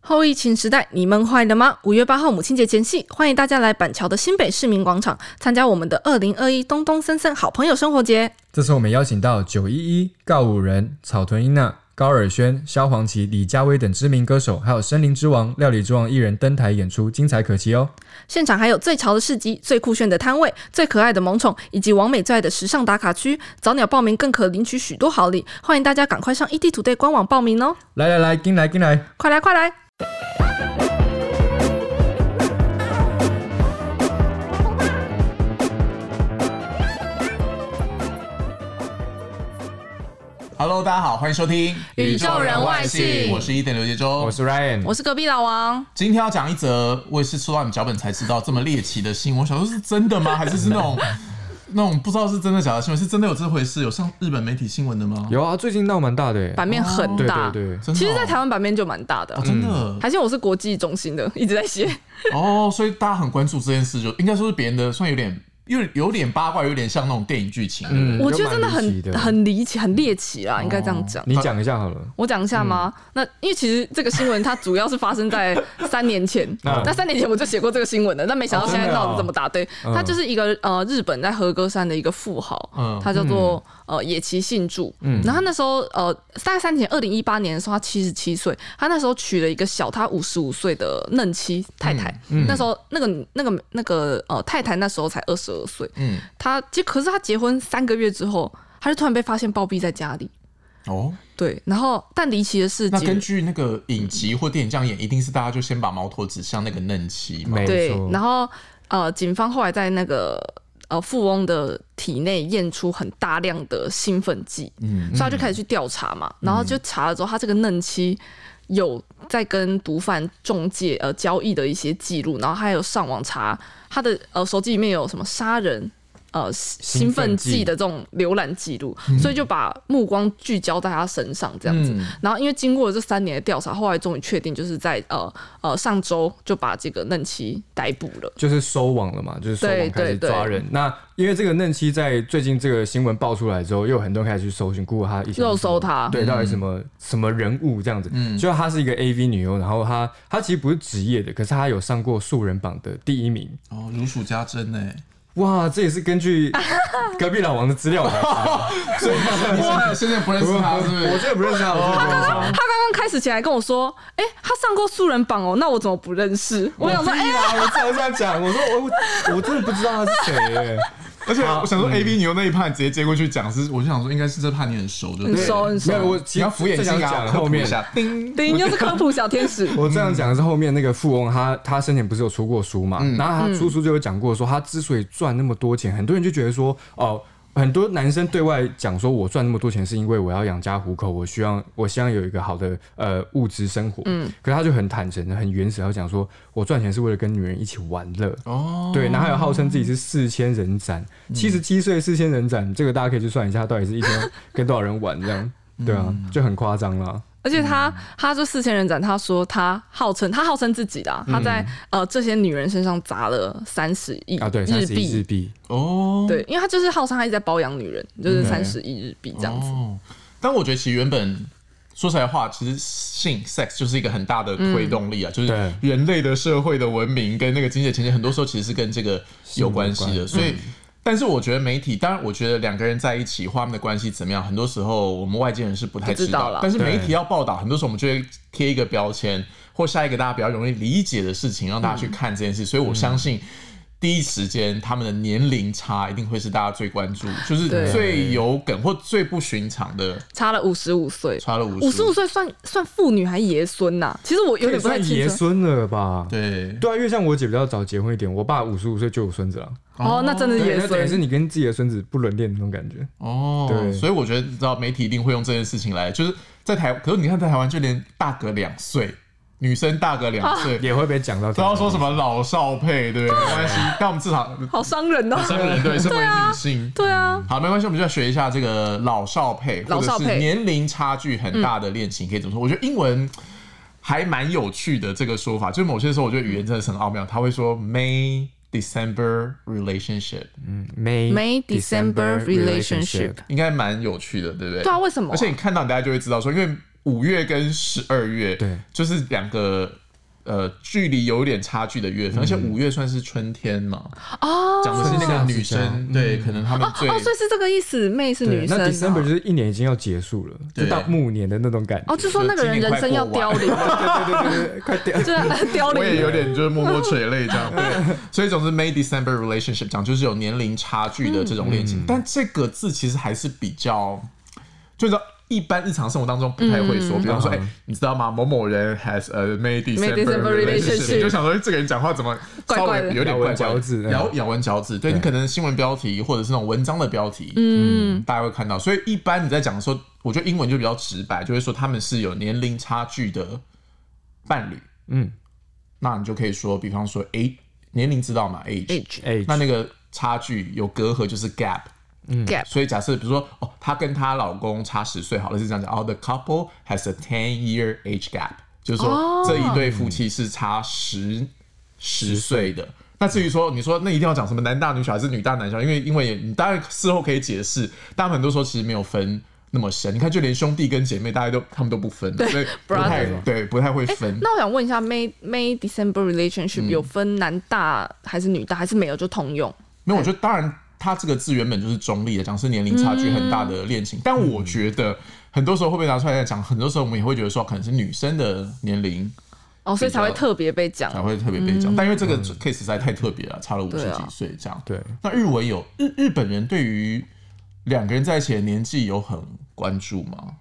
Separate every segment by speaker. Speaker 1: 后疫情时代，你们坏了吗？五月八号母亲节前夕，欢迎大家来板桥的新北市民广场参加我们的二零二一东东森森好朋友生活节。
Speaker 2: 这次我们邀请到九一一、告五人、草屯英娜、高尔宣、萧煌奇、李佳薇等知名歌手，还有森林之王、料理之王艺人登台演出，精彩可期哦！
Speaker 1: 现场还有最潮的市集、最酷炫的摊位、最可爱的萌宠，以及王美最爱的时尚打卡区。早鸟报名更可领取许多好礼，欢迎大家赶快上 ET 土队官网报名哦！
Speaker 2: 来来来，进来进来！
Speaker 1: 快来快来！
Speaker 3: Hello，大家好，欢迎收听《
Speaker 1: 宇宙人外星
Speaker 3: 我是伊点刘杰洲。
Speaker 2: 哦我是 Ryan，
Speaker 1: 我是隔壁老王，
Speaker 3: 今天要讲一则，我也是收到你脚本才知道这么猎奇的新闻。我想说是 真的吗？还是是那种那种不知道是真的假的新闻？是真的有这回事？有上日本媒体新闻的吗？
Speaker 2: 有啊，最近闹蛮大的耶，
Speaker 1: 版面很
Speaker 2: 对
Speaker 1: 大。
Speaker 2: 对对，嗯
Speaker 3: 真的哦
Speaker 1: 其实，在台嗯湾版面就蛮大的
Speaker 3: 哦，，真的
Speaker 1: 还是我是国际中心的，一直在写。
Speaker 3: 哦，所以大家很关注这件事，就应该说是别人的，算有点有有点八卦，有点像那种电影剧情。对不对
Speaker 2: 嗯
Speaker 1: 我觉得真的
Speaker 2: 蛮离奇
Speaker 1: 很
Speaker 2: 的
Speaker 1: 很离奇，很猎奇啦，应该这样讲。
Speaker 2: 你讲一下好了。
Speaker 1: 我讲一下吗？
Speaker 2: 嗯
Speaker 1: 那因为其实这个新闻它主要是发生在三年前，
Speaker 2: 嗯
Speaker 1: 那三年前我就写过这个新闻的，但没想到现在闹得这么大。对，
Speaker 2: 嗯
Speaker 1: 他就是一个呃日本在和歌山的一个富豪，
Speaker 3: 嗯
Speaker 1: 他叫做呃野崎信助。
Speaker 2: 嗯
Speaker 1: 然后他那时候呃大概三年前，二零一八年的时候他七十七岁，他那时候娶了一个小他五十五岁的嫩妻太太。
Speaker 2: 嗯
Speaker 1: 那时候那个那个那个呃太太那时候才二十二岁，
Speaker 3: 嗯，
Speaker 1: 他结可是他结婚三个月之后，他就突然被发现暴毙在家里。
Speaker 3: 哦，
Speaker 1: 对，然后但离奇的是，
Speaker 3: 那根据那个影集或电影这样演，一定是大家就先把矛头指向那个嫩妻嘛。
Speaker 2: 没
Speaker 1: 对
Speaker 2: 错，，
Speaker 1: 然后呃，警方后来在那个呃富翁的体内验出很大量的兴奋剂，
Speaker 3: 嗯
Speaker 1: 所以他就开始去调查嘛，然后就查了之后，他这个嫩妻有在跟毒贩中介呃交易的一些记录，然后还有上网查他的呃手机里面有什么杀人。呃，兴奋
Speaker 2: 奋剂
Speaker 1: 剂的这种浏览记录，所以就把目光聚焦在他身上，这样子。
Speaker 3: 嗯，
Speaker 1: 然后因为经过了这三年的调查，后来终于确定就是在呃呃上周就把这个嫩妻逮捕了。
Speaker 2: 就是收网了嘛，就是收
Speaker 1: 对
Speaker 2: 网开始
Speaker 1: 对
Speaker 2: 抓人。那因为这个嫩妻在最近这个新闻爆出来之后，又有很多人开始去搜寻，估他以前
Speaker 1: 肉搜她
Speaker 2: 对，到底什
Speaker 3: 嗯
Speaker 2: 么、什么人物这样子。嗯，就她是一个 AV 女优，然后她她其实不是职业的，可是她有上过素人榜的第一名。
Speaker 3: 哦，如数家珍呢。
Speaker 2: 哇，这也是根 据隔壁老王的资料来查。
Speaker 3: 你现在现在不认识他是不
Speaker 2: 我
Speaker 3: 是？
Speaker 2: 真的不认识她，我真的不认识
Speaker 1: 他刚
Speaker 2: 她。
Speaker 1: 刚开始前还跟我说：“哎、他上过素人榜哦，那我怎么不认识？”我想说：“哎、
Speaker 2: 屁啦，我常这样讲，我说哦我我真的不知道她是谁耶。
Speaker 3: 而且
Speaker 2: 好
Speaker 3: 我想说，A B 牛那一趴你直接接过去讲是，我就想说应该是这趴你 很熟，对不
Speaker 1: 很
Speaker 3: 对？
Speaker 1: 熟很熟
Speaker 2: 没有，我其
Speaker 3: 你
Speaker 2: 实
Speaker 3: 要敷衍
Speaker 2: 正
Speaker 3: 性
Speaker 2: 想
Speaker 3: 啊，
Speaker 2: 讲后面
Speaker 3: 科普一下，叮，
Speaker 1: 对，又是科普小天使。
Speaker 2: 我这样讲的是后面那个富翁他，他生前不是有出过书嘛？然后他出书就有讲过说，他之所以赚那么多钱，很多人就觉得说，哦、很多男生对外讲说，我赚那么多钱是因为我要养家糊口，我需要我希望有一个好的呃物质生活。嗯，可是他就很坦诚、很原始，他就讲说我赚钱是为了跟女人一起玩乐。
Speaker 3: 哦，
Speaker 2: 对，然后还有号称自己是四千人斩，七十七岁四千人斩，这个大家可以去算一下，到底是一天跟多少人玩这样？对啊，就很夸张啦。
Speaker 1: 而且
Speaker 2: 嗯
Speaker 1: 他，他就四千人斩，他说他号称他号称自己
Speaker 2: 嗯
Speaker 1: 啦，他在、呃这些女人身上砸了三十亿
Speaker 2: 啊，对，三
Speaker 1: 日
Speaker 2: 十一
Speaker 1: 币
Speaker 2: 日。币，嗯
Speaker 3: 哦，
Speaker 1: 对，因为他就是号称他一直在包养女人，就是
Speaker 2: 对
Speaker 1: 三十亿日币这样子。
Speaker 3: 哦。但我觉得其实原本说起来话，其实性 sex 就是一个很大的推动
Speaker 1: 嗯
Speaker 3: 力啊，就是
Speaker 2: 对
Speaker 3: 人类的社会的文明跟那个经济的前景，很多时候其实是跟这个有关系的，所以。
Speaker 1: 嗯
Speaker 3: 但是我觉得媒体，当然，我觉得两个人在一起，或他们的关系怎么样，很多时候我们外界人是不太
Speaker 1: 不知
Speaker 3: 知
Speaker 1: 道
Speaker 3: 道。
Speaker 1: 啦
Speaker 3: 但是媒体
Speaker 2: 对
Speaker 3: 要报道，很多时候我们就会贴一个标签，或下一个大家比较容易理解的事情，让大家去
Speaker 1: 嗯
Speaker 3: 看这件事。所以我相信，第一时间他们的年龄差一定会是大家最关注，就是
Speaker 1: 对
Speaker 3: 最有梗或最不寻常的。
Speaker 1: 差了五十五岁，
Speaker 3: 差了五
Speaker 1: 五十五，岁算算妇女还爷孙呐、其实我有
Speaker 2: 可以
Speaker 1: 点不太
Speaker 2: 算爷
Speaker 1: 清楚。
Speaker 2: 孙了吧？
Speaker 3: 对，
Speaker 2: 对啊，因为像我姐比较早结婚一点，我爸五十五岁就有孙子了，
Speaker 1: 哦，那真的是
Speaker 2: 对，
Speaker 1: 爷
Speaker 2: 那等于是
Speaker 1: 孙。
Speaker 2: 你跟自己的孙子不伦恋那种感觉。
Speaker 3: 哦，
Speaker 2: 对
Speaker 3: 所以我觉得，你知道媒体一定会用这件事情来，就是在台，可是你看在台湾，就连大个两岁，女生大个两
Speaker 1: 啊
Speaker 3: 岁，
Speaker 2: 也会被讲到，
Speaker 3: 都要说什？么老少配，对不对？没关系，但我们至少
Speaker 1: 好伤人哦、
Speaker 3: 身为人对，身为女性。
Speaker 1: 对啊，
Speaker 3: 好，没关系，我们就要学一下这个老少配，
Speaker 1: 老
Speaker 3: 或
Speaker 1: 少
Speaker 3: 者
Speaker 1: 配
Speaker 3: 是年龄差距很大的恋情，可以怎么说？我觉得英文还蛮有趣的这个说法，就某些时候我觉得语言真的是很奥妙，他会说 May December relationship，
Speaker 2: 嗯，May
Speaker 1: May December relationship
Speaker 3: 应该蛮有趣的，对不对？
Speaker 1: 对啊，为什么啊、
Speaker 3: 而且你看到，大家就会知道说，因为五月跟十二月，
Speaker 2: 对，
Speaker 3: 就是两个呃距离有点差距的月份，而且五月算是春天嘛，
Speaker 1: 哦
Speaker 3: 讲的是那个女
Speaker 2: 嗯春夏之
Speaker 3: 生，
Speaker 2: 交
Speaker 3: 对，
Speaker 2: 嗯
Speaker 3: 可能她们最
Speaker 1: 哦，所以是这个意思，妹是女
Speaker 2: 对，
Speaker 1: 生
Speaker 2: 那 December
Speaker 1: 哦
Speaker 2: 就是一年已经要结束了，就
Speaker 3: 对
Speaker 2: 到暮年的那种感觉。
Speaker 1: 哦，就说那个人人生要凋零 了，
Speaker 2: 对对对对对，快 点！
Speaker 1: 就是凋
Speaker 3: 我也
Speaker 1: 零
Speaker 3: 有
Speaker 1: 了。
Speaker 3: 点就是默默垂泪这 样。对，所以总之，May December relationship 讲就是有年龄差距的这种恋
Speaker 1: 嗯
Speaker 3: 情，但这个字其实还是比较，就是说一般日常生活当中不太会
Speaker 1: 嗯
Speaker 3: 说。比方说，哎、你知道吗？某某人 has a May December
Speaker 1: December
Speaker 3: relationship，
Speaker 1: relationship
Speaker 3: 你就想说这个人讲话怎么
Speaker 1: 怪
Speaker 3: 稍
Speaker 1: 怪的
Speaker 3: 微有点
Speaker 2: 咬
Speaker 3: 怪
Speaker 2: 文
Speaker 3: 怪
Speaker 2: 嚼字嗯
Speaker 3: 咬咬文嚼字。对你可能新闻标题或者是那种文章的标题，
Speaker 1: 嗯，
Speaker 3: 大家会看到。所以一般你在讲说，我觉得英文就比较直白，就会说他们是有年龄差距的伴侣。
Speaker 2: 嗯，
Speaker 3: 那你就可以说，比方说 age 年龄知道嘛 age，
Speaker 1: age
Speaker 2: 哎，
Speaker 3: 那那个差距有隔阂就是 gap。
Speaker 1: gap
Speaker 3: 所以假设比如说哦，她跟她老公差十岁好了，是这样讲哦，the couple has a ten year age gap，就是
Speaker 1: 哦
Speaker 3: 说这一对夫妻是差十十岁的。那至于说你说那一定要讲什么男大女小还是女大男小，因为因为你当然事后可以解释，但他们很多时候其实没有分那么深。你看，就连兄弟跟姐妹，大家都他们都不分，所以不太
Speaker 1: brother
Speaker 3: 对不太会分。嗯
Speaker 1: 那我想问一下，May May December relationship 有分男大还是女大，还是没有就通用？
Speaker 3: 没有，我觉得当然，它这个字原本就是中立的，讲是年龄差距很大的恋
Speaker 1: 嗯
Speaker 3: 情。但我觉得很多时候会被拿出来讲，很多时候我们也会觉得说，可能是女生的年龄
Speaker 1: 哦，所以才会特别被讲
Speaker 3: 才会特别
Speaker 1: 嗯
Speaker 3: 被讲。但因为这个 case 实在太特别了，差了五十
Speaker 1: 啊
Speaker 3: 几岁这样。
Speaker 2: 对，
Speaker 3: 那日文有日日本人对于两个人在一起的年纪有很关注吗？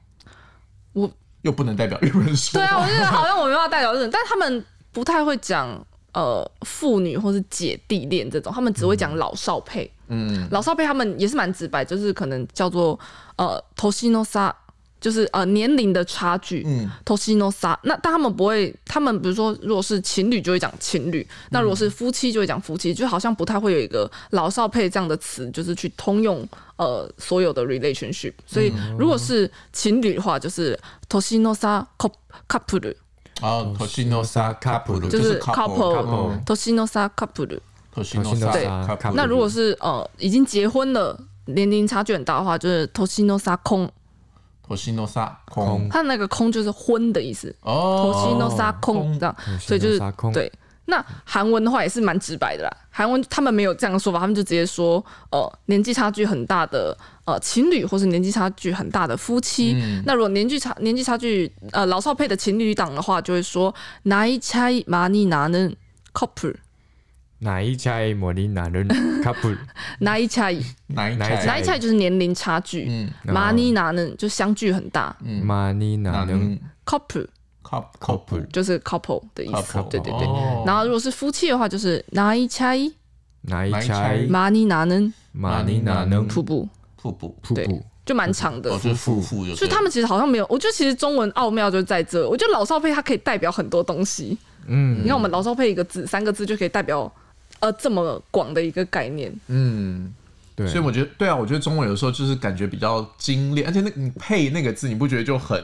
Speaker 1: 我
Speaker 3: 又不能代表日本人说
Speaker 1: 对
Speaker 3: 话。
Speaker 1: 啊，我就觉得好像我没办法代表这 种，但他们不太会讲呃父女或是姐弟恋这种，他们只会讲老少配。
Speaker 3: 嗯，
Speaker 1: 老少配他们也是蛮直白，就是可能叫做呃 t o s h i n o s a 就是呃年龄的差距。
Speaker 3: 嗯
Speaker 1: t o s h i n o s a 那但他们不会，他们比如说如果是情侣就会讲情侣，那如果是夫妻就会讲夫妻，就好像不太会有一个老少配这样的词，就是去通用呃所有的 relationship。所以如果是情侣的话，就是 t o s h i n o s a couple。
Speaker 3: 然后 Toshinosa couple
Speaker 1: 就是
Speaker 2: couple
Speaker 3: couple，嗯
Speaker 1: t o s h i n o s a couple。
Speaker 2: 对
Speaker 3: Toshinosa couple。
Speaker 1: 那如果是呃已经结婚了，年龄差距很大的话，就是 t o s h i n o s a 空，
Speaker 3: Toshinosa 空
Speaker 1: 它那个空就是婚的意思 t
Speaker 3: 哦
Speaker 1: o s h i n o s a 空
Speaker 3: 空
Speaker 1: 这样，所以
Speaker 2: 所
Speaker 1: 就
Speaker 2: 以
Speaker 1: 是
Speaker 2: 杀空，
Speaker 1: 对。那韩文的话也是蛮直白的啦，韩文他们没有这样的说法，他们就直接说，呃，年纪差距很大的呃情侣，或是年纪差距很大的夫妻。
Speaker 3: 嗯
Speaker 1: 那如果年纪差年纪差距呃老少配的情侣档的话，就会说나이차이많이나는 couple，
Speaker 2: 哪一家的魔力 男人 couple？
Speaker 1: 나이차이
Speaker 3: 哪一
Speaker 2: 哪一
Speaker 3: 台
Speaker 2: 台
Speaker 1: 哪一差就是年龄差距，
Speaker 3: 哎嗯
Speaker 1: 马尼拿呢就相距很大
Speaker 3: 嗯，
Speaker 2: 玛尼
Speaker 3: 哪
Speaker 2: 男人
Speaker 3: 能
Speaker 1: ，couple
Speaker 3: couple
Speaker 2: couple？
Speaker 1: 就是 couple 的意思，
Speaker 3: couple
Speaker 1: 对对对。
Speaker 3: 哦
Speaker 1: 然后如果是夫妻的话，就是哪一差一
Speaker 2: 哪一
Speaker 3: 哪一
Speaker 2: 家
Speaker 3: 家
Speaker 2: 的
Speaker 1: 马尼拿呢
Speaker 2: 玛尼男人
Speaker 3: 嗯
Speaker 1: 瀑布，
Speaker 3: 瀑布，
Speaker 2: 瀑
Speaker 1: 对
Speaker 2: 布？
Speaker 1: 就蛮长的
Speaker 3: 哦，。就是夫妇就对了，
Speaker 1: 所以他们其实好像没有，我觉得其实中文奥妙就是在这。我觉得老少配它可以代表很多东西。
Speaker 2: 嗯，
Speaker 1: 你看我们老少配一个字、三个字就可以代表呃这么广的一个概念。
Speaker 3: 嗯。
Speaker 2: 对，
Speaker 3: 所以我觉得，对啊，我觉得中文有时候就是感觉比较精炼，而且那你配那个字，你不觉得就很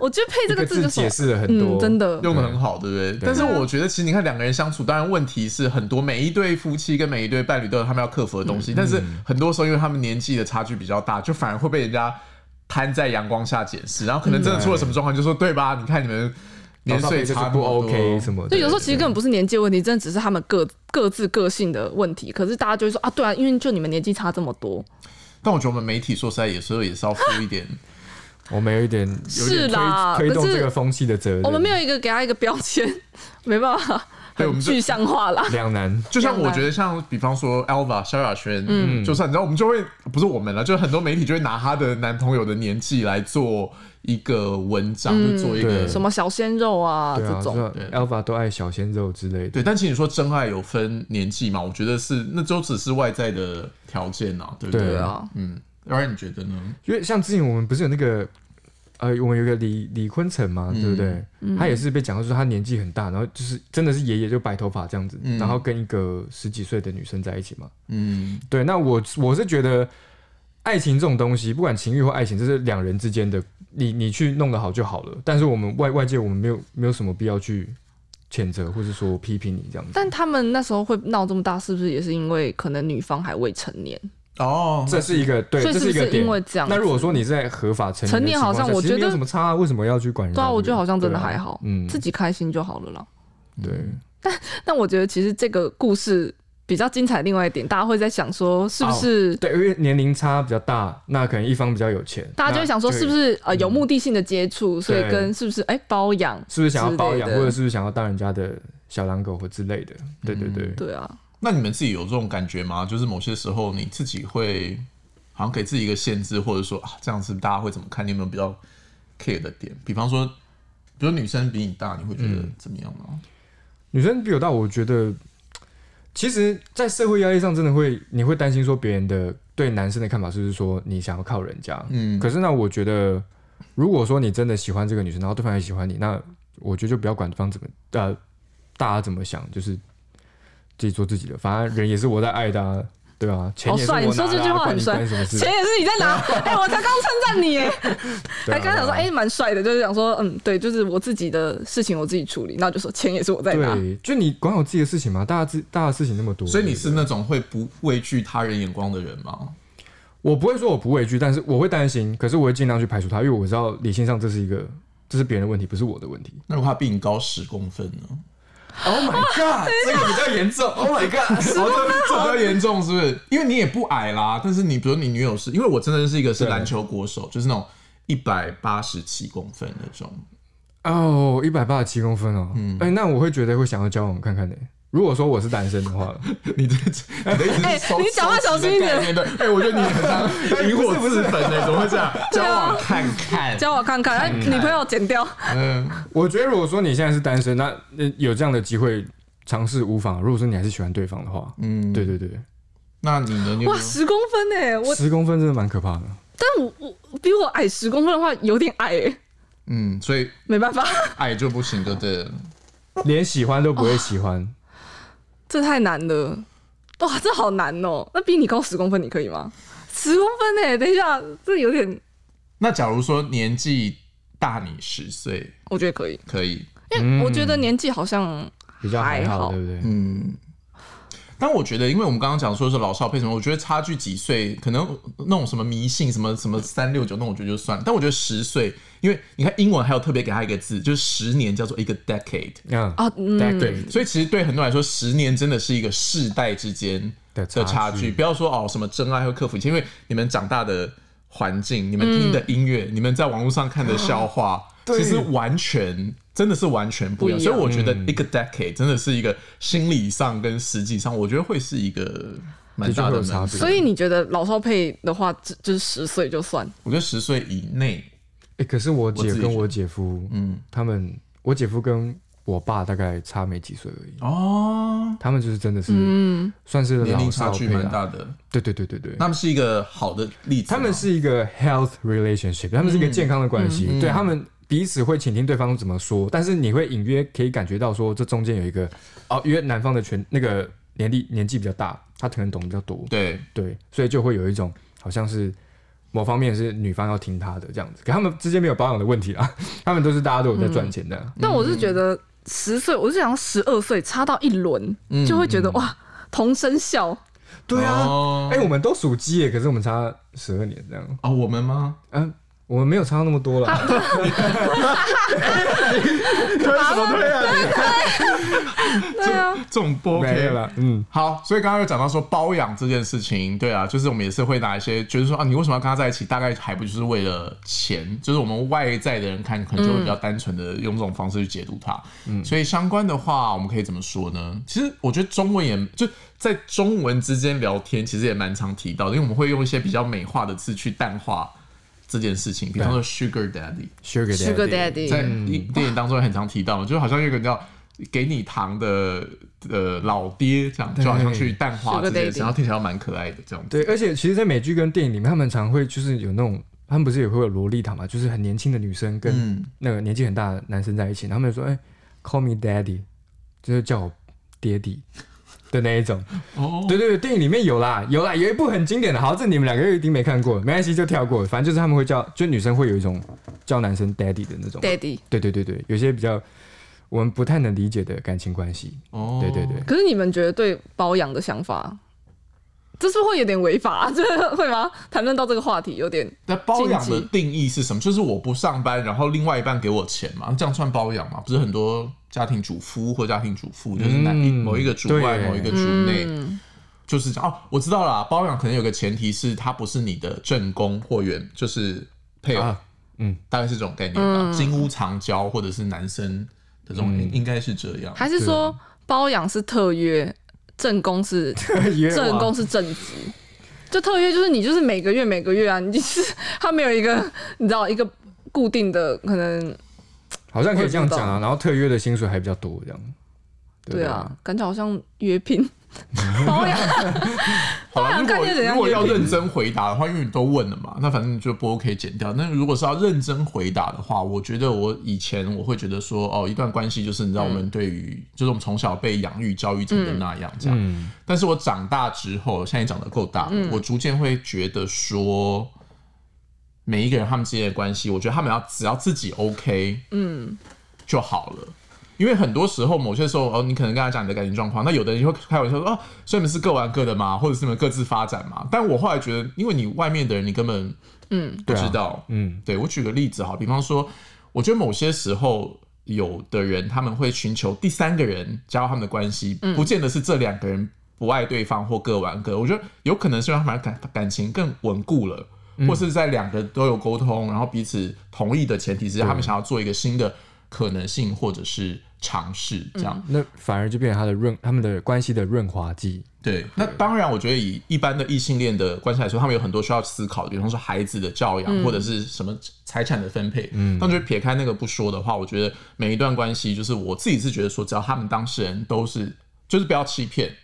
Speaker 1: 我觉得配这
Speaker 2: 这
Speaker 1: 个
Speaker 2: 个
Speaker 1: 字
Speaker 2: 字
Speaker 1: 就是
Speaker 2: 解释了
Speaker 1: 嗯，
Speaker 2: 很多，
Speaker 1: 真的
Speaker 3: 用的很好，对不对？但是我觉得，其实你看两个人相处，当然问题是很多，每一对夫妻跟每一对伴侣都有他们要克服的东
Speaker 2: 嗯
Speaker 3: 西。但是很多时候，因为他们年纪的差距比较大，就反而会被人家摊在阳光下解释，然后可能真的出了
Speaker 2: 嗯
Speaker 3: 什么状况，就说对吧？你看你们年
Speaker 2: 年
Speaker 3: 岁
Speaker 2: 岁
Speaker 3: 差
Speaker 2: 差
Speaker 3: 那么
Speaker 2: 不
Speaker 3: 多
Speaker 2: OK 什么的。
Speaker 1: 所以有时候其实根本不是年纪的问题，真的只是他们各各自个性的问题。可是大家就会说啊，对啊，因为就你们年纪差这么多，
Speaker 3: 但我觉得我们媒体说实在，有时候也是要负 一点。
Speaker 2: 我们有一点有一
Speaker 1: 是
Speaker 2: 点
Speaker 1: 啦
Speaker 2: 推推动
Speaker 1: 可是
Speaker 2: 这个风气的责任，
Speaker 1: 我们没有一个给他一个标签， 没办法，
Speaker 3: 对我
Speaker 1: 很
Speaker 3: 们就
Speaker 1: 具象化啦。
Speaker 2: 两难。
Speaker 3: 就像我觉得，像比方说 Alva 萧亚轩，嗯，就算你知道，我们就会不是我们了，就是很多媒体就会拿她的男朋友的年纪来做一个文章，就做一个
Speaker 2: 嗯对
Speaker 1: 什么小鲜肉啊
Speaker 2: 对啊，
Speaker 1: 这种，
Speaker 2: 说 Alpha 都爱小鲜肉之类的。
Speaker 3: 对，但其实你说真爱有分年纪嘛？我觉得是，那都只是外在的条件啊，对不对？
Speaker 1: 对啊，
Speaker 3: 嗯，要然你觉得呢？
Speaker 2: 因为像之前我们不是有那个，呃，我们有一个李李坤城嘛，对不对？
Speaker 1: 嗯
Speaker 2: 他也是被讲到说他年纪很大，然后就是真的是爷爷就白头发这样子，
Speaker 3: 嗯
Speaker 2: 然后跟一个十几岁的女生在一起嘛。
Speaker 3: 嗯，
Speaker 2: 对，那我我是觉得爱情这种东西，不管情欲或爱情，这是两人之间的，你你去弄得好就好了。但是我们外外界我们没有没有什么必要去谴责或是说批评你这样子。
Speaker 1: 但他们那时候会闹这么大，是不是也是因为可能女方还未成年？
Speaker 3: 哦，
Speaker 2: 这是一个对，
Speaker 1: 所以
Speaker 2: 这
Speaker 1: 是不
Speaker 2: 一个
Speaker 1: 是
Speaker 2: 点。
Speaker 1: 因为这样子
Speaker 2: 那如果说你在合法成
Speaker 1: 成
Speaker 2: 的
Speaker 1: 年
Speaker 2: 情况
Speaker 1: 好像
Speaker 2: 下
Speaker 1: 我
Speaker 2: 其实
Speaker 1: 觉
Speaker 2: 没有
Speaker 1: 得
Speaker 2: 什么差啊，为什么要去管人家
Speaker 1: 对
Speaker 2: 这
Speaker 1: 啊，
Speaker 2: 个？
Speaker 1: 我觉得好像真的
Speaker 2: 对啊
Speaker 1: 还好，
Speaker 2: 嗯，
Speaker 1: 自己开心就好了啦。
Speaker 2: 对，
Speaker 1: 但我觉得其实这个故事比较精彩，另外一点，大家会在想说是不
Speaker 2: 哦
Speaker 1: 是、
Speaker 2: 对，因为年龄差比较大，那可能一方比较有钱，
Speaker 1: 大家就会
Speaker 2: 那
Speaker 1: 想说是不
Speaker 2: 对嗯
Speaker 1: 是呃有目的性的接触，所以
Speaker 2: 对
Speaker 1: 跟是不是哎、包养，
Speaker 2: 是不是想要包养，
Speaker 1: 之类的
Speaker 2: 或者是不是想要当人家的小狼狗或之类的？对对对，
Speaker 1: 对啊，
Speaker 3: 那你们自己有这种感觉吗？就是某些时候你自己会好像给自己一个限制，或者说啊，这样子大家会怎么看？你有没有比较 care 的点？比方说，比如女生比你大，你会觉
Speaker 1: 嗯
Speaker 3: 得怎么样吗？
Speaker 2: 女生比我大，我觉得其实，在社会压力上，真的会你会担心说别人的对男生的看法，就是说你想要靠人家。
Speaker 3: 嗯
Speaker 2: 可是呢，我觉得如果说你真的喜欢这个女生，然后对方也喜欢你，那我觉得就不要管对方怎么呃大家怎么想，就是自己做自己的，反正人也是我在爱的、啊。对啊，钱
Speaker 1: 好
Speaker 2: 也是我
Speaker 1: 帅，哦你说
Speaker 2: 拿的、啊。
Speaker 1: 这句话
Speaker 2: 关
Speaker 1: 很
Speaker 2: 你
Speaker 1: 帅，
Speaker 2: 关你什么事
Speaker 1: 钱也是你在 拿，哎、我才刚称赞你耶，
Speaker 2: 对啊
Speaker 1: 还刚想说哎蛮帅的，就是想说嗯对，就是我自己的事情我自己处理，那就说钱也是我在拿，
Speaker 2: 对，就你管好自己的事情嘛，大家自大家的事情那么多，
Speaker 3: 所以你是
Speaker 2: 对不对
Speaker 3: 那种会不畏惧他人眼光的人吗？
Speaker 2: 我不会说我不畏惧，但是我会担心，可是我会尽量去排除它，因为我知道理性上这是一个这是别人的问题，不是我的问题。
Speaker 3: 那如果他比你高十公分呢？
Speaker 2: Oh my
Speaker 1: 啊
Speaker 2: god，这个比较严重。Oh my god，
Speaker 3: 哦，这这比较严重是不是？因为你也不矮啦，但是你比如你女友是，因为我真的是一个是
Speaker 2: 对
Speaker 3: 篮球国手，就是那种一百八十七公分那种。
Speaker 2: 哦，一百八十七公分哦，哎、那我会觉得会想要交往看看呢、如果说我是单身的话，
Speaker 3: 你这你的意 思
Speaker 1: 哎
Speaker 3: 是收？
Speaker 1: 你讲话小心一点
Speaker 3: 收集的概念对，哎，我觉得你很 像引火自焚呢，怎么会这样？交往看看，
Speaker 1: 教我看看，哎、女朋友剪掉，
Speaker 3: 嗯，
Speaker 2: 我觉得如果说你现在是单身，那呃有这样的机会尝试无妨。如果说你还是喜欢对方的话，
Speaker 3: 嗯
Speaker 2: 嗯，对对对，
Speaker 3: 那你
Speaker 2: 嗯
Speaker 3: 呢？你有
Speaker 1: 哇
Speaker 3: 没有
Speaker 1: 十公分哎，我
Speaker 2: 十公分真的蛮可怕的。
Speaker 1: 但我我比我矮十公分的话有点矮哎，
Speaker 3: 嗯，所以
Speaker 1: 没办法，
Speaker 3: 矮就不行，对不对了？
Speaker 2: 连喜欢都不会喜欢。
Speaker 1: 这太难了，哇，这好难哦、那比你高十公分，你可以吗？十公分哎、等一下，这有点，
Speaker 3: 那假如说年纪大你十岁，
Speaker 1: 我觉得可以，
Speaker 3: 可以，
Speaker 1: 因为我觉得年纪好像、
Speaker 2: 嗯比较还
Speaker 1: 还
Speaker 2: 好，
Speaker 1: 好
Speaker 2: 对不对？
Speaker 3: 嗯。但我觉得，因为我们刚刚讲说是老少配什么，我觉得差距几岁，可能那种什么迷信什么什么三六九那种，我觉得就算了。但我觉得十岁，因为你看英文还有特别给他一个字，就是十年叫做一个 decade，
Speaker 2: 嗯，
Speaker 1: 啊，嗯，
Speaker 2: 对
Speaker 3: 所以其实对很多人来说，十年真的是一个世代之间
Speaker 2: 的
Speaker 3: 的
Speaker 2: 差距
Speaker 3: 差距。不要说哦什么真爱会克服一切，因为你们长大的环境、你们听的音乐、你们在网络上看的笑话，
Speaker 2: 对
Speaker 3: 其实完全真的是完全不一样。
Speaker 1: 不一
Speaker 3: 所
Speaker 1: 样
Speaker 3: 以我觉得一个 decade 真的是一个心理上跟实际上，我觉得会是一个蛮大的
Speaker 2: 的确会有
Speaker 3: 门
Speaker 2: 差别
Speaker 1: 所以你觉得老少配的话，就就是十岁就算
Speaker 3: 我觉得十岁以内，
Speaker 2: 哎、可是我姐
Speaker 3: 自己
Speaker 2: 跟
Speaker 3: 觉
Speaker 2: 我姐夫，
Speaker 3: 嗯，
Speaker 2: 他们我姐夫跟我爸大概差没几岁而已，
Speaker 3: 哦，
Speaker 2: 他们就是真的是，嗯，算是
Speaker 3: 年龄
Speaker 2: 老
Speaker 3: 差
Speaker 2: 少
Speaker 3: 距
Speaker 2: 配
Speaker 3: 蛮
Speaker 2: 啦
Speaker 3: 大的。
Speaker 2: 对对对对对。
Speaker 3: 那们是一个好的例子吗，
Speaker 2: 他们是一个 health relationship，他们是一个健康的关
Speaker 3: 嗯
Speaker 2: 系，对他们彼此会倾听对方怎么说，但是你会隐约可以感觉到说，这中间有一个哦，因为男方的权那个年龄年纪比较大，他可能懂得比较多，
Speaker 3: 对。
Speaker 2: 对，所以就会有一种好像是某方面是女方要听他的这样子，可他们之间没有保养的问题啊，他们都是大家都有在赚钱的啊，
Speaker 1: 但我是觉得十岁，我是想十二岁差到一轮，
Speaker 2: 嗯
Speaker 1: 就会觉得哇，同生肖
Speaker 2: 对啊，哎、
Speaker 3: 哦
Speaker 2: 我们都属鸡耶，可是我们差十二年这样，
Speaker 3: 哦，我们吗？
Speaker 2: 嗯、我们没有差到那么多 了，
Speaker 3: 推什么推啊？
Speaker 1: 对啊，
Speaker 3: 这种不 OK
Speaker 2: 没有了，嗯，
Speaker 3: 好，所以刚刚有讲到说包养这件事情，对啊，就是我们也是会拿一些，就是说啊，你为什么要跟他在一起？大概还不就是为了钱？就是我们外在的人看，可能就会比较单纯的用这种方式去解读它。嗯，所以相关的话，我们可以怎么说呢？其实我觉得中文也就在中文之间聊天，其实也蛮常提到的，因为我们会用一些比较美化的字去淡化这件事情，比方说 sugar daddy。
Speaker 2: sugar
Speaker 1: ，Sugar
Speaker 2: daddy，
Speaker 3: 在
Speaker 1: Daddy，
Speaker 3: 电影当中也很常提到，就好像有一个叫给你糖的呃老爹这样，就好像去淡化这
Speaker 1: Sugar
Speaker 3: 件
Speaker 1: daddy
Speaker 3: 事，然后听起来蛮可爱的这样子。
Speaker 2: 对，而且其实，在美剧跟电影里面，他们常会就是有那种，他们不是也会有萝莉塔嘛，就是很年轻的女生跟
Speaker 3: 嗯
Speaker 2: 那个年纪很大的男生在一起，然后他们就说，哎、c a l l me daddy，就是叫我爹地的那一种。
Speaker 3: 哦，
Speaker 2: 对对对，电影里面有啦，有啦，有一部很经典的，好，这你们两个一定没看过，没关系，就跳过。反正就是他们会叫，就女生会有一种叫男生 daddy 的那种。
Speaker 1: Daddy。
Speaker 2: 对对对对，有些比较我们不太能理解的感情关系。
Speaker 3: 哦
Speaker 2: 对对对，
Speaker 1: 可是你们觉得对包养的想法这是不是会有点违法、啊，这 个会吗？谈论到这个话题有点
Speaker 3: 那包养的
Speaker 1: 禁忌
Speaker 3: 定义是什么？就是我不上班，然后另外一半给我钱嘛，这样算包养嘛？不是很多家庭主夫或家庭主妇，就是男、
Speaker 2: 嗯
Speaker 3: 某一个主外，
Speaker 2: 对
Speaker 3: 某一
Speaker 1: 嗯
Speaker 3: 个主内，就是这样。哦，我知道啦，包养可能有个前提是他不是你的正宫或原，就是配偶，
Speaker 2: 啊 嗯，
Speaker 3: 大概是这种概念吧。金屋藏娇或者是男生的这种，应应该是这样。
Speaker 1: 还是说包养是特约，正宫是
Speaker 2: 也有啊
Speaker 1: 正宫是正职？就特约就是你就是每个月每个月啊，你就是 他没有一个你知道一个固定的可能
Speaker 2: 好像可以这样讲啊。然后特约的薪水还比较多，这样。
Speaker 1: 对啊，，感觉好像约聘 包养
Speaker 3: 好
Speaker 1: 当
Speaker 3: 了，
Speaker 1: 然
Speaker 3: 如
Speaker 1: 看
Speaker 3: 果
Speaker 1: 见怎样
Speaker 3: 如果要
Speaker 1: 就可以
Speaker 3: 认真回答的话，因为你都问了嘛，那反正你就不 OK 剪掉。那如果是要认真回答的话，我觉得我以前我会觉得说，哦，一段关系就是你知道我们对于、就是我们从小被养育教育成的那样这样。
Speaker 2: 嗯，
Speaker 3: 但是我长大之后，现在长得够大了，我逐渐会觉得说，每一个人他们之间的关系，我觉得他们要只要自己 OK，嗯，就好了。因为很多时候，某些时候，哦，你可能跟他讲你的感情状况，那有的人会开玩笑说，哦，所以你们是各玩各的嘛，或者是你们各自发展嘛。但我后来觉得，因为你外面的人，你根本嗯不
Speaker 2: 对啊
Speaker 3: 知道，
Speaker 2: 嗯，
Speaker 3: 对我举个例子哈，比方说，我觉得某些时候有的人他们会寻求第三个人加入他们的关系，不见得是这两个人不爱对方或各玩各。我觉得有可能是让他们感感情更稳固了，或是在两个都有沟通，然后彼此同意的前提之下，他们想要做一个新的可能性或者是尝试这样。
Speaker 2: 那反而就变成他的润，他们的关系的润滑剂。
Speaker 3: 对，那当然，我觉得以一般的异性恋的关系来说，他们有很多需要思考的，比方说孩子的教养、或者是什么财产的分配。嗯，但就是撇开那个不说的话，我觉得每一段关系，就是我自己是觉得说，只要他们当事人都是，就是不要欺骗，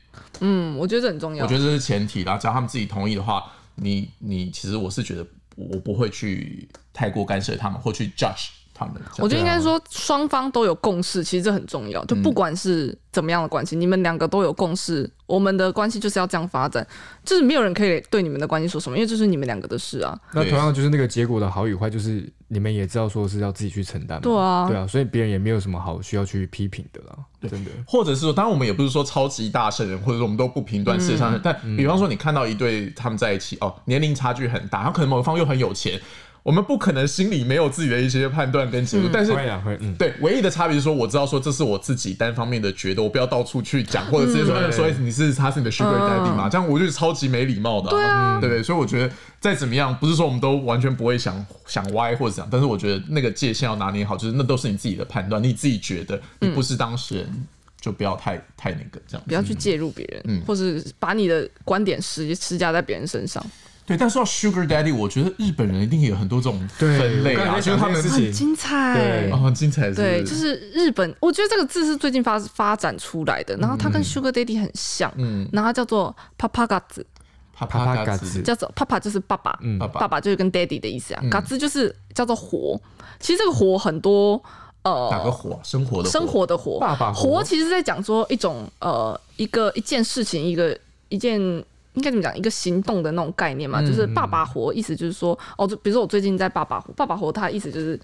Speaker 1: 嗯，我觉得这很重要
Speaker 3: 我觉。得这是前提。然后只要他们自己同意的话，你你其实我是觉得我不会去太过干涉他们或去 judge 他们。这样
Speaker 1: 我觉得应该说双方都有共识，其实这很重要。就
Speaker 3: 嗯
Speaker 1: 不管是怎么样的关系，你们两个都有共识，我们的关系就是要这样发展，就是没有人可以对你们的关系说什么，因为这是你们两个的事啊。
Speaker 2: 那
Speaker 3: 对
Speaker 2: 同样就是那个结果的好与坏，就是你们也知道说是要自己去承担嘛。
Speaker 1: 对啊
Speaker 2: 对啊，所以别人也没有什么好需要去批评的啦，真的。
Speaker 3: 或者是说，当然我们也不是说超级大圣人，或者说我们都不评断世界上的人，但比方说你看到一对他们在一起，哦，年龄差距很大，然后可能某一方又很有钱，我们不可能心里没有自己的一些判断跟结论，但是。
Speaker 2: 会啊会，嗯，
Speaker 3: 对，唯一的差别是说，我知道说这是我自己单方面的觉得，我不要到处去讲，或者直接说，哎，所以你是他是你的 sugar daddy 嘛？这样我就超级没礼貌的、对啊，对不对？所以我觉得再怎么样，不是说我们都完全不会想想歪或者想，但是我觉得那个界限要拿捏好，就是那都是你自己的判断，你自己觉得，你不是当事人，就不要太太那个这样
Speaker 1: 不。要去介入别人，
Speaker 3: 嗯
Speaker 1: 或是把你的观点施施加在别人身上，
Speaker 3: 对，但说到 sugar daddy，我觉得日本人一定有很多这种
Speaker 2: 对
Speaker 3: 分类
Speaker 2: 我刚
Speaker 3: 啊，
Speaker 2: 才
Speaker 3: 就
Speaker 2: 想
Speaker 3: 是他们
Speaker 2: 这件事情
Speaker 1: 精彩
Speaker 2: 对
Speaker 3: 哦，很精彩是不
Speaker 1: 对，就是日本，我觉得这个字是最近发发展出来的，然后它跟 Sugar Daddy 很像，
Speaker 3: 嗯，
Speaker 1: 然后它叫做 Papa 嘎子，
Speaker 3: 啪
Speaker 2: 啪
Speaker 3: 啪
Speaker 2: 啪
Speaker 3: 嘎
Speaker 2: 嘎
Speaker 3: 子
Speaker 2: 子，
Speaker 1: 叫做 Papa 就是爸爸，
Speaker 2: 嗯
Speaker 3: 爸嗯
Speaker 1: 爸
Speaker 3: 爸
Speaker 1: 爸就是跟 Daddy 的意思啊，嘎子就是叫做活，其实这个活很多
Speaker 3: 哪
Speaker 1: 呃
Speaker 3: 个火啊？生活的火
Speaker 1: 生活的活，
Speaker 2: 爸爸
Speaker 1: 活
Speaker 2: 活
Speaker 1: 其实在讲说一种呃一个一件事情，一个一件应该怎么讲，一个行动的那种概念嘛，
Speaker 3: 嗯
Speaker 1: 就是爸爸活，意思就是说哦，就比如说我最近在爸爸活，爸爸活它的意思就是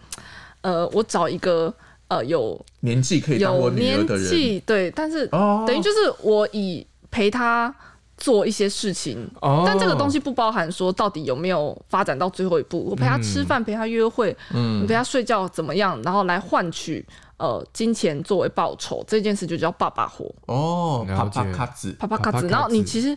Speaker 1: 呃，我找一个呃有
Speaker 3: 年纪可以当
Speaker 1: 有
Speaker 3: 我女儿
Speaker 1: 年
Speaker 3: 的人。
Speaker 1: 纪对，但是
Speaker 3: 哦
Speaker 1: 等于就是我以陪他。做一些事情，
Speaker 2: 哦
Speaker 1: 但这个东西不包含说到底有没有发展到最后一步。我陪他吃饭，陪他约会，嗯，陪他睡觉怎么样，然后来换取呃金钱作为报酬，这件事就叫爸爸活，
Speaker 3: 哦，啪
Speaker 2: 了解
Speaker 3: 啪卡子，
Speaker 1: 啪啪咔子。
Speaker 2: Papakazi
Speaker 1: 然后你其实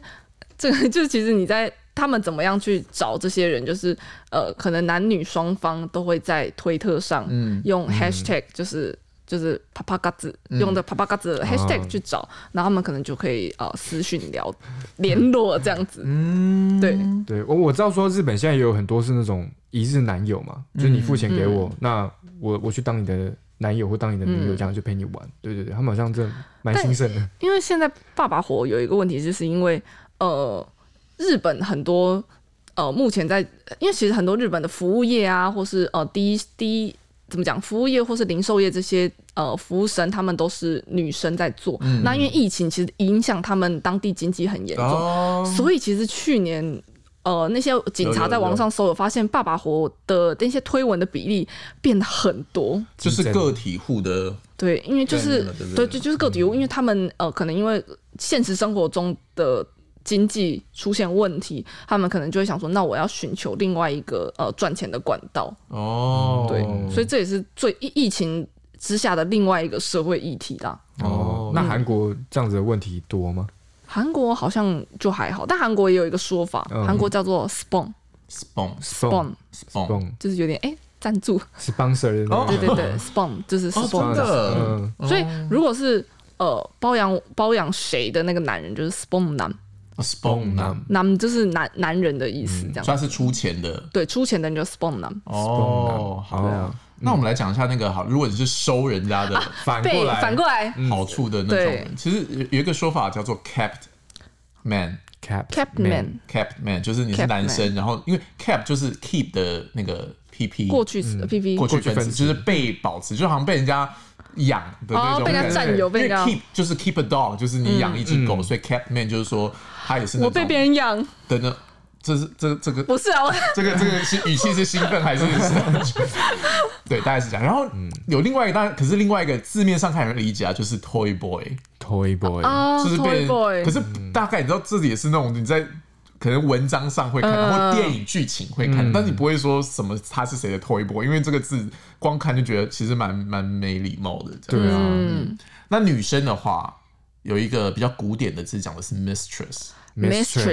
Speaker 1: 这个 就是其实你在他们怎么样去找这些人，就是呃，可能男女双方都会在推特上
Speaker 3: 嗯
Speaker 1: 用 hashtag，就是。就是啪啪嘎子用的啪啪嘎
Speaker 3: 啊
Speaker 1: 子的 hashtag 去找，然后他们可能就可以呃私讯聊联络这样子，
Speaker 3: 嗯，
Speaker 1: 对，
Speaker 2: 对我我知道说日本现在也有很多是那种一日男友嘛，就是你付钱给我，
Speaker 1: 嗯
Speaker 2: 那我我去当你的男友或当你的女友，这样就陪你玩。对对对，他们好像真的蛮兴盛的。
Speaker 1: 因为现在爸爸火有一个问题，就是因为呃，日本很多呃，目前在因为其实很多日本的服务业啊，或是呃第一第一怎么讲，服务业或是零售业这些呃服务生，他们都是女生在做。那因为疫情其实影响他们当地经济很严重，
Speaker 3: 哦，
Speaker 1: 所以其实去年。呃，那些警察在网上搜，有发现爸爸活的那些推文的比例变得很多。
Speaker 3: 就是个体户的，
Speaker 1: 对，因为就是
Speaker 3: 概念了对不
Speaker 1: 对，
Speaker 3: 对
Speaker 1: 就就是个体户，因为他们呃，可能因为现实生活中的经济出现问题，他们可能就会想说，那我要寻求另外一个呃赚钱的管道。
Speaker 3: 哦，
Speaker 1: 嗯对，所以这也是最疫疫情之下的另外一个社会议题啦。
Speaker 2: 哦，那韩国这样子的问题多吗？
Speaker 1: 韩国好像就还好，但韩国也有一个说法，
Speaker 2: 嗯
Speaker 1: 韩、国叫做 spawn
Speaker 3: ，spawn
Speaker 1: spawn，
Speaker 3: spawn，
Speaker 2: Spawn
Speaker 1: 就是有点哎赞、助，
Speaker 2: sponsor 的那
Speaker 3: 哦
Speaker 2: 个
Speaker 1: 对对对 spawn 就是
Speaker 3: 哦，真
Speaker 1: spawn，、
Speaker 3: 的，
Speaker 2: 嗯，
Speaker 1: 所以如果是呃包养包养谁的那个男人就是 spawn 男，
Speaker 3: spawn 男，
Speaker 1: 男就是男男人的意思，这样、
Speaker 3: 算是出钱的
Speaker 1: 对出钱的人就是 spawn 男，
Speaker 3: 哦。
Speaker 2: 对
Speaker 3: 好
Speaker 2: 啊，
Speaker 3: 那我们来讲一下那个好，如果你是收人家的
Speaker 2: 反过
Speaker 1: 被
Speaker 2: 来
Speaker 1: 反过来、
Speaker 3: 好处的那种
Speaker 1: 啊对
Speaker 3: 人，其实有有一个说法叫做 capped man。
Speaker 2: cap
Speaker 1: capped man
Speaker 3: Cap man 就是你是
Speaker 1: Cap
Speaker 3: 男生，然后因为 cap 就是 keep 的那个 PP
Speaker 1: 过去式 P P
Speaker 3: 过去
Speaker 2: 过
Speaker 3: 分
Speaker 2: 去分
Speaker 3: 词，
Speaker 2: 词
Speaker 3: 就是被保持，就好像被人家养的
Speaker 1: 哦
Speaker 3: 那种
Speaker 1: 被人
Speaker 3: 感
Speaker 1: 家
Speaker 3: 觉。
Speaker 1: 占有被人
Speaker 3: 因
Speaker 1: 家
Speaker 3: 为 keep 就是 keep a dog，就是你养一只狗，所以 cap man 就是说他也是那种
Speaker 1: 我被别人养，
Speaker 3: 等等，这是这这个
Speaker 1: 不是啊，我
Speaker 3: 这个这个是语气是兴奋还是？ 对，大概是这样。然后有另外一个，当然可是另外一个字面上看人理解啊，就是 toy boy。
Speaker 2: toy boy，
Speaker 1: 啊
Speaker 3: 就是被人
Speaker 1: toy boy，
Speaker 3: 可是大概你知道，这也是那种你在可能文章上会看到，
Speaker 1: 嗯
Speaker 3: 或电影剧情会看到，但你不会说什么他是谁的 toy boy，因为这个字光看就觉得其实蛮蛮没礼貌的。这样
Speaker 2: 对啊，
Speaker 1: 嗯
Speaker 3: 那女生的话，有一个比较古典的字讲的是 mistress，m
Speaker 1: mistress
Speaker 3: i s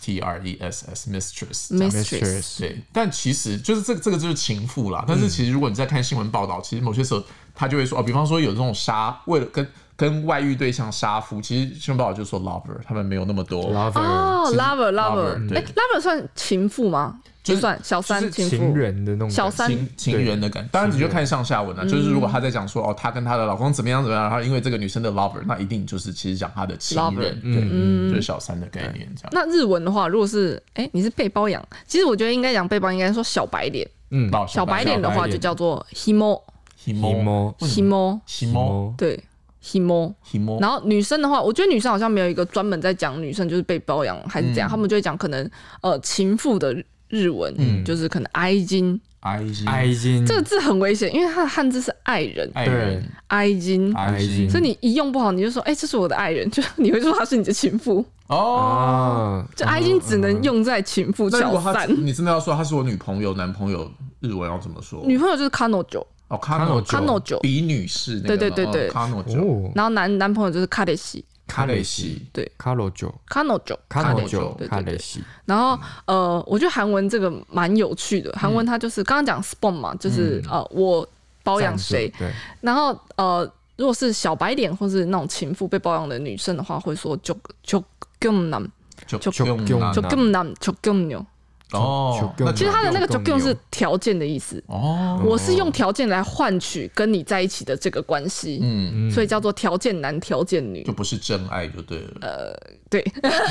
Speaker 3: t r e s s，mistress。
Speaker 1: mistress
Speaker 2: mistress，
Speaker 3: 对，但其实就是这个这个就是情妇啦。但是其实如果你在看新闻报道，其实某些时候他就会说哦，比方说有这种杀为了跟跟外遇对象杀夫，其实新闻报道就说 lover，他们没有那么多
Speaker 2: lover，
Speaker 1: 哦
Speaker 3: 其实
Speaker 1: ，lover
Speaker 3: lover，
Speaker 1: lover，
Speaker 3: 对
Speaker 1: 哎，lover 算情妇吗？
Speaker 3: 就
Speaker 1: 就是算小
Speaker 2: 就
Speaker 1: 三
Speaker 2: 是
Speaker 1: 情
Speaker 2: 情
Speaker 1: 妇，
Speaker 2: 人的那种
Speaker 1: 小三嗯
Speaker 3: 情情缘的感觉。当然你就看上下文了、就是如果他在讲说哦，他跟他的老公怎么样怎么样，然后因为这个女生的 lover，那一定就是其实讲他的情人
Speaker 1: Lover，
Speaker 3: 嗯对，
Speaker 2: 嗯
Speaker 1: 嗯
Speaker 3: 就是小三的概念这样。
Speaker 1: 那日文的话，如果是哎、你是被包养，其实我觉得应该讲被包，养，应该说小白脸。
Speaker 2: 嗯
Speaker 3: 哦
Speaker 1: 小白脸的
Speaker 2: 小
Speaker 1: 话
Speaker 2: 白脸
Speaker 1: 就叫做 himo
Speaker 3: himo
Speaker 2: emo
Speaker 1: himo，
Speaker 3: himo
Speaker 1: 对 himo。
Speaker 3: himo，
Speaker 1: 然后女生的话，我觉得女生好像没有一个专门在讲女生就是被包养还是怎
Speaker 3: 嗯
Speaker 1: 样，他们就会讲可能呃情妇的日文，
Speaker 3: 嗯
Speaker 1: 就是可能哀金
Speaker 3: 爱心
Speaker 2: 爱心，
Speaker 1: 这个字很危险，因为它的汉字是爱人
Speaker 3: 爱啊
Speaker 2: 对
Speaker 3: 人
Speaker 1: 哀金，
Speaker 3: 爱心
Speaker 2: 嗯
Speaker 1: 所以你一用不好，你就说哎、这是我的爱人， 就你会说她是你的情妇，
Speaker 3: 哦。
Speaker 2: 啊，
Speaker 1: 就哀金只能用在情妇
Speaker 3: 那如
Speaker 1: 小
Speaker 3: 果他
Speaker 1: 三。
Speaker 3: 你真的要说他是我女朋友、男朋友，日文要怎么说？
Speaker 1: 女朋友就是 kano 九
Speaker 3: 哦，kano
Speaker 2: Kanojo
Speaker 1: ，kano 九，
Speaker 3: 比女士那个
Speaker 1: 对对对对
Speaker 3: ，kano 九
Speaker 2: 哦，
Speaker 1: 然后男男朋友就是 kare 西
Speaker 2: 卡雷西，
Speaker 1: 对
Speaker 2: 卡罗酒，
Speaker 1: kano 九
Speaker 2: 卡罗
Speaker 3: Kanojo，
Speaker 2: 酒，
Speaker 1: 对对对
Speaker 2: 卡雷西，
Speaker 1: 然后呃，我觉得韩文这个蛮有趣的，韩文它就是刚刚讲 spawn 嘛，就是、
Speaker 3: 嗯
Speaker 1: 呃我包养谁，
Speaker 2: 对，
Speaker 1: 然后呃如果是小白脸或是那种情妇被包养的女生的话，会说就就更男
Speaker 3: 就
Speaker 1: 就
Speaker 3: 就
Speaker 2: 就
Speaker 1: 就
Speaker 2: 那
Speaker 1: 更男就更牛，
Speaker 3: 哦，
Speaker 2: 就
Speaker 3: 那
Speaker 1: 其实它的那个就
Speaker 2: 就更
Speaker 1: 更
Speaker 2: 牛
Speaker 1: 是条件的意思。
Speaker 3: 哦，
Speaker 1: 我是用条件来换取跟你在一起的这个关系，
Speaker 3: 嗯，
Speaker 1: 所以叫做条件男、条件女
Speaker 3: 就。不是真爱就对了，
Speaker 1: 对，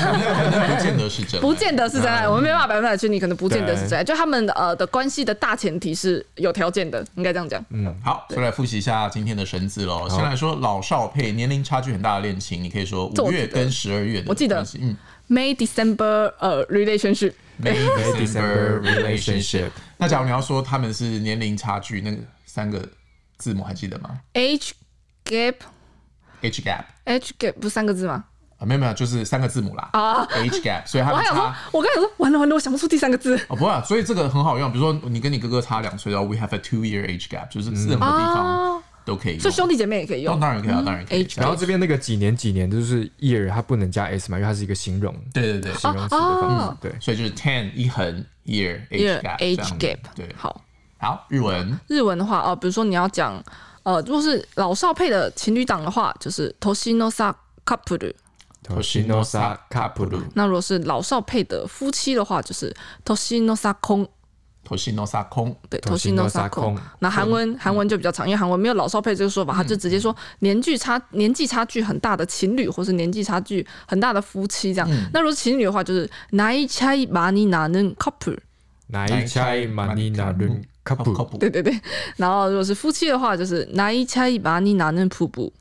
Speaker 3: 不见得是真
Speaker 1: 呃
Speaker 3: 爱，
Speaker 1: 不见得是真爱，我们没办法百分百确定，可能不见得是真爱。就他们的呃的关系的大前提是有条件的，应该这样讲。
Speaker 3: 嗯好，再来复习一下今天的神字喽。先来说老少配，年龄差距很大的恋情，你可以说
Speaker 1: 这
Speaker 3: 五
Speaker 1: 我记
Speaker 3: 月
Speaker 1: 得
Speaker 3: 跟十二月的
Speaker 1: 我记得
Speaker 3: 关系， 嗯
Speaker 1: May December 呃 relationship
Speaker 3: ，May December
Speaker 2: December
Speaker 3: relationship
Speaker 2: relationship。
Speaker 3: 那假如你要说他们是年龄差距，那个三个字母还记得吗
Speaker 1: age gap
Speaker 3: ？Age gap。
Speaker 1: age gap 不是三个字吗？
Speaker 3: 啊，没有没有，就是三个字母啦。
Speaker 1: 啊
Speaker 3: ，age gap，所以他
Speaker 1: 我
Speaker 3: 们
Speaker 1: 还想说
Speaker 3: 差。，
Speaker 1: 我刚才说完了完了，我想不出第三个字。
Speaker 3: 哦，不会、啊，所以这个很好用。比如说，你跟你哥哥差两岁，然后 we have a two year age gap，就是任何地方
Speaker 1: 哦
Speaker 3: 都可以用。
Speaker 1: 所以兄弟姐妹也可以
Speaker 3: 哦
Speaker 1: 用。
Speaker 3: 当然可以啊，当然可以。
Speaker 1: age
Speaker 3: 然
Speaker 2: 然
Speaker 3: 后
Speaker 2: 后这边那个几年几年就是 year，它不能加 s 嘛，因为它是一个形容
Speaker 3: 对对对，
Speaker 2: 形容词的
Speaker 1: 哦
Speaker 2: 方式，对，
Speaker 3: 所以就是 ten 一横 year age gap 这
Speaker 1: age
Speaker 3: 样子
Speaker 1: gap
Speaker 3: 对，
Speaker 1: 好，
Speaker 3: 好，日文
Speaker 1: 日文的话啊、呃比如说你要讲呃，如果是老少配的情侣档的话，就是 Toshinosa couple。
Speaker 2: Toshinosa couple
Speaker 1: 那如果是老少配的夫妻的话，就是 Toshinosa 空。
Speaker 3: Toshinosa 空
Speaker 1: 对，头型都
Speaker 2: Toshino
Speaker 1: 撒
Speaker 2: Sakon
Speaker 1: 空。那韩文韩文就比较长，因为韩文没有老少配这个说法，他就直接说年距差年纪差距很大的情侣，或是年纪差距很大的夫妻这样。那如果情侣的话，就是나이차이많이나는 couple。
Speaker 2: 哪一차이많이나는 couple，
Speaker 3: couple
Speaker 1: 对对对。然后如果是夫妻的话，就是나이차이많이나는夫부부。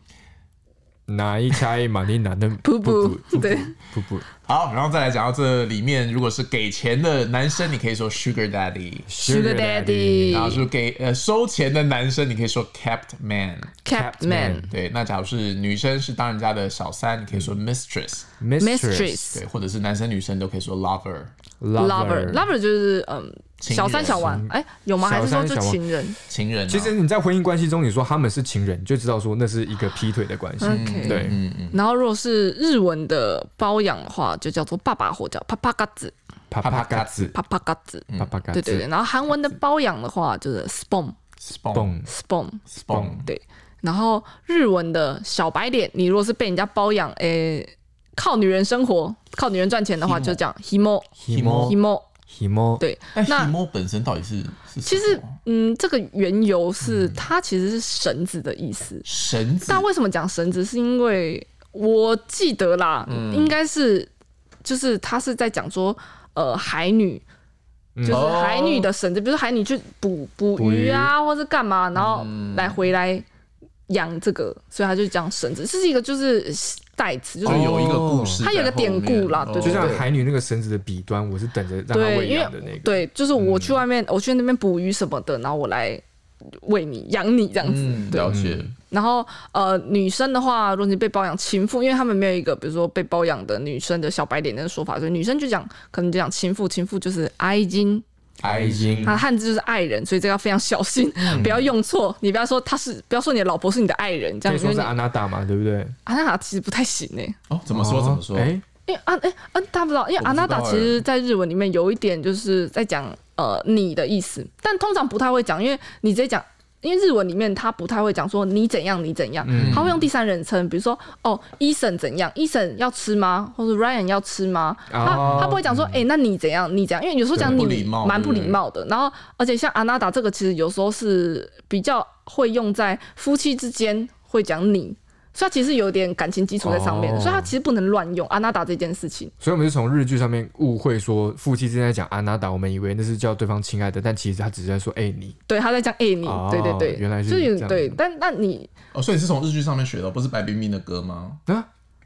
Speaker 2: 哪一家马丽 娜的
Speaker 1: 噗噗对
Speaker 2: 噗噗
Speaker 3: 好，然后再来讲到这里面，如果是给钱的男生，你可以说 Sugar Daddy。
Speaker 1: Sugar Daddy
Speaker 3: 然后是给呃收钱的男生，你可以说 kept man。
Speaker 1: Capman
Speaker 3: 对，那假如是女生是当人家的小三，你可以说
Speaker 1: 嗯
Speaker 3: mistress。
Speaker 2: Mistress
Speaker 1: Mistress
Speaker 3: 对，或者是男生女生都可以说 lover。
Speaker 1: Lover Lover 就是嗯
Speaker 3: 情人
Speaker 1: 小三小玩，哎有吗？还是说
Speaker 2: 小
Speaker 1: 就
Speaker 2: 三小玩
Speaker 1: 情人
Speaker 3: 情人啊、
Speaker 2: 其实你在婚姻关系中，你说他们是情人，就知道说那是一个劈腿的关系。
Speaker 3: 嗯
Speaker 1: ？OK
Speaker 2: 对，
Speaker 1: 然后如果是日文的包养的话，就叫做爸爸或叫啪啪嘎子，
Speaker 2: 啪啪嘎子，
Speaker 1: 啪啪嘎子。
Speaker 3: 嗯
Speaker 2: 啪啪嘎
Speaker 1: 嗯对对对，
Speaker 2: 子，
Speaker 1: 然后韩文的包养的话就是 spon
Speaker 3: ，spawn
Speaker 2: 蹦
Speaker 1: spon，
Speaker 3: spawn
Speaker 1: 对。然后日文的小白脸，你如果是被人家包养，诶、靠女人生活，靠女人赚钱的话，
Speaker 3: Himo
Speaker 1: 就讲 himo
Speaker 2: ，himo
Speaker 1: himo。
Speaker 2: himo，
Speaker 1: 对，
Speaker 3: 但
Speaker 1: 那
Speaker 3: 哎 himo 本身到底是是
Speaker 1: 其
Speaker 3: 什
Speaker 1: 实
Speaker 3: 么
Speaker 1: 嗯，这个缘由是、它其实是绳子的意思，
Speaker 3: 绳子
Speaker 1: 但为什么讲绳子？是因为我记得啦，
Speaker 2: 嗯
Speaker 1: 应该是就是他是在讲说，呃，海女。
Speaker 2: 嗯
Speaker 1: 就是海女的绳子，比如说海女去捕捕
Speaker 2: 捕
Speaker 1: 鱼
Speaker 2: 鱼嗯
Speaker 1: 啊，或者干嘛，然后来回来养这个，所以他就讲绳子，这是一个就是代词，就
Speaker 3: 就是
Speaker 2: 哦
Speaker 3: 有一个故事在
Speaker 1: 它
Speaker 3: 后面，
Speaker 1: 有一个典故啦
Speaker 3: 哦
Speaker 1: 对
Speaker 2: 就像
Speaker 1: 对
Speaker 2: 海女那个绳子的彼端，我是等着让它
Speaker 1: 对，
Speaker 2: 喂
Speaker 1: 因为
Speaker 2: 养的那个。
Speaker 1: 对，就是我去外面，
Speaker 2: 嗯
Speaker 1: 我去那边捕鱼什么的，然后我来喂你养你这样子，
Speaker 3: 嗯，
Speaker 1: 对
Speaker 3: 了。解，
Speaker 1: 然后呃，女生的话，如果你被包养情妇，因为他们没有一个比如说被包养的女生的小白脸的说法，所以女生就讲可能就讲情妇，情妇就是啊爱金，
Speaker 3: 爱
Speaker 2: 经
Speaker 1: 它的汉字就是哎爱人，所以这个要非常小心，不要用错。你不要说她是，不要说你的老婆是你的爱人，这样
Speaker 2: 可以
Speaker 1: 因
Speaker 2: 说
Speaker 1: 为
Speaker 2: 是啊
Speaker 1: 你
Speaker 2: 阿娜达嘛，对不对？
Speaker 1: 阿娜达其实不太行哎、
Speaker 3: 哦，怎么说怎么说？
Speaker 2: 哎，
Speaker 1: 因为啊哎啊，大家不知道，因为
Speaker 3: 我
Speaker 1: 阿
Speaker 3: 不
Speaker 1: 娜
Speaker 3: 知道欸
Speaker 1: 达其实在日文里面有一点就是在讲呃你的意思，但通常不太会讲，因为你直接讲。因为日文里面他不太会讲说你怎样你怎样，
Speaker 3: 嗯
Speaker 1: 他会用第三人称，比如说哦，Eason 怎样，Eason 要吃吗？或者 Ryan 要吃吗？他
Speaker 2: 哦
Speaker 1: 他不会讲说哎、那你怎样你怎样，因为有时候讲
Speaker 3: 对
Speaker 1: 你
Speaker 3: 不礼貌
Speaker 1: 蛮不
Speaker 3: 对
Speaker 1: 礼
Speaker 3: 不对
Speaker 1: 貌的。然后而且像阿娜达这个其实有时候是比较会用在夫妻之间会讲你，所以它其实有点感情基础在上面，
Speaker 2: 哦
Speaker 1: 所以它其实不能乱用阿娜达这件事情。
Speaker 2: 所以我们是从日剧上面误会说夫妻之间在讲阿娜达，我们以为那是叫对方亲爱的，但其实他只是在说哎你。
Speaker 1: 对，他在讲哎你，
Speaker 2: 哦
Speaker 1: 对对对，
Speaker 2: 原来是
Speaker 1: 就
Speaker 2: 这
Speaker 1: 有
Speaker 2: 样
Speaker 1: 对，但那你
Speaker 3: 哦，所以你是从日剧上面学的，不是白冰冰的歌吗？
Speaker 2: 啊，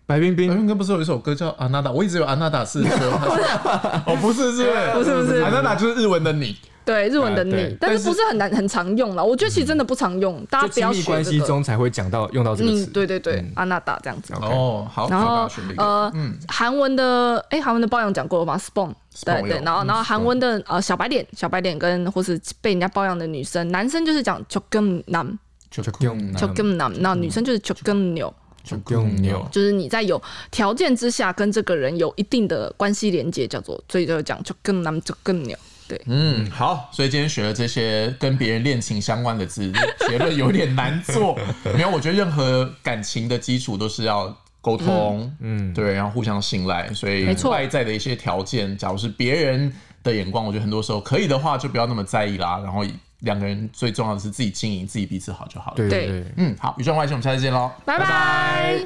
Speaker 2: 白冰
Speaker 3: 白
Speaker 1: 嗯
Speaker 2: 冰
Speaker 3: 冰冰不是有一首歌叫《阿娜达》，我一直以为阿娜达是 说她是，哦，不是，是
Speaker 1: 不是不是
Speaker 3: 阿娜达就是日文的你，
Speaker 1: 对日文的
Speaker 2: 啊对嗯
Speaker 1: 你，但
Speaker 3: 但
Speaker 1: 是不
Speaker 3: 是
Speaker 1: 是很难很常用了？我觉得其实真的不常用，大家
Speaker 2: 就
Speaker 1: 不
Speaker 2: 亲
Speaker 1: 要
Speaker 2: 密
Speaker 1: 学
Speaker 2: 关
Speaker 1: 这
Speaker 2: 系
Speaker 1: 个。
Speaker 2: 中才会讲到用到这个
Speaker 1: 嗯
Speaker 2: 词，。
Speaker 1: 对对对，阿娜达这样子。
Speaker 2: OK
Speaker 3: 哦，好，
Speaker 1: 然
Speaker 3: 好
Speaker 1: 后
Speaker 3: 大家选了一个
Speaker 1: 呃，
Speaker 2: 嗯
Speaker 1: 韩文的哎，韩文的包养讲过了吗？Spawn，对
Speaker 3: Spawn
Speaker 1: 对，
Speaker 3: 有
Speaker 1: 然后
Speaker 3: 嗯
Speaker 1: 然后韩文的呃小白脸，小白脸跟或是被人家包养的女生，男生就是讲 c h o k m nam
Speaker 2: 嗯
Speaker 3: 就
Speaker 2: 就嗯用
Speaker 1: c h o k m nam，那女生就是 c h o k m 牛，
Speaker 3: 就
Speaker 2: 用牛
Speaker 1: 就是你在有条件之下跟这个人有一定的关系连接，叫做所以就讲 c h o k m nam c h o k m 牛，对。
Speaker 3: 嗯，好，所以今天学了这些跟别人恋情相关的字， 结论有点难做。没有，我觉得任何感情的基础都是要沟通，嗯，对，然后互相信赖，所以
Speaker 1: 没错
Speaker 3: 外在的一些条件，假如是别人的眼光，我觉得很多时候可以的话就不要那么在意啦。然后两个人最重要的是自己经营，自己彼此好就好了。
Speaker 2: 对
Speaker 1: 对
Speaker 2: 对对。
Speaker 3: 嗯，好，宇宙外星，我们下次见喽，
Speaker 1: 拜拜。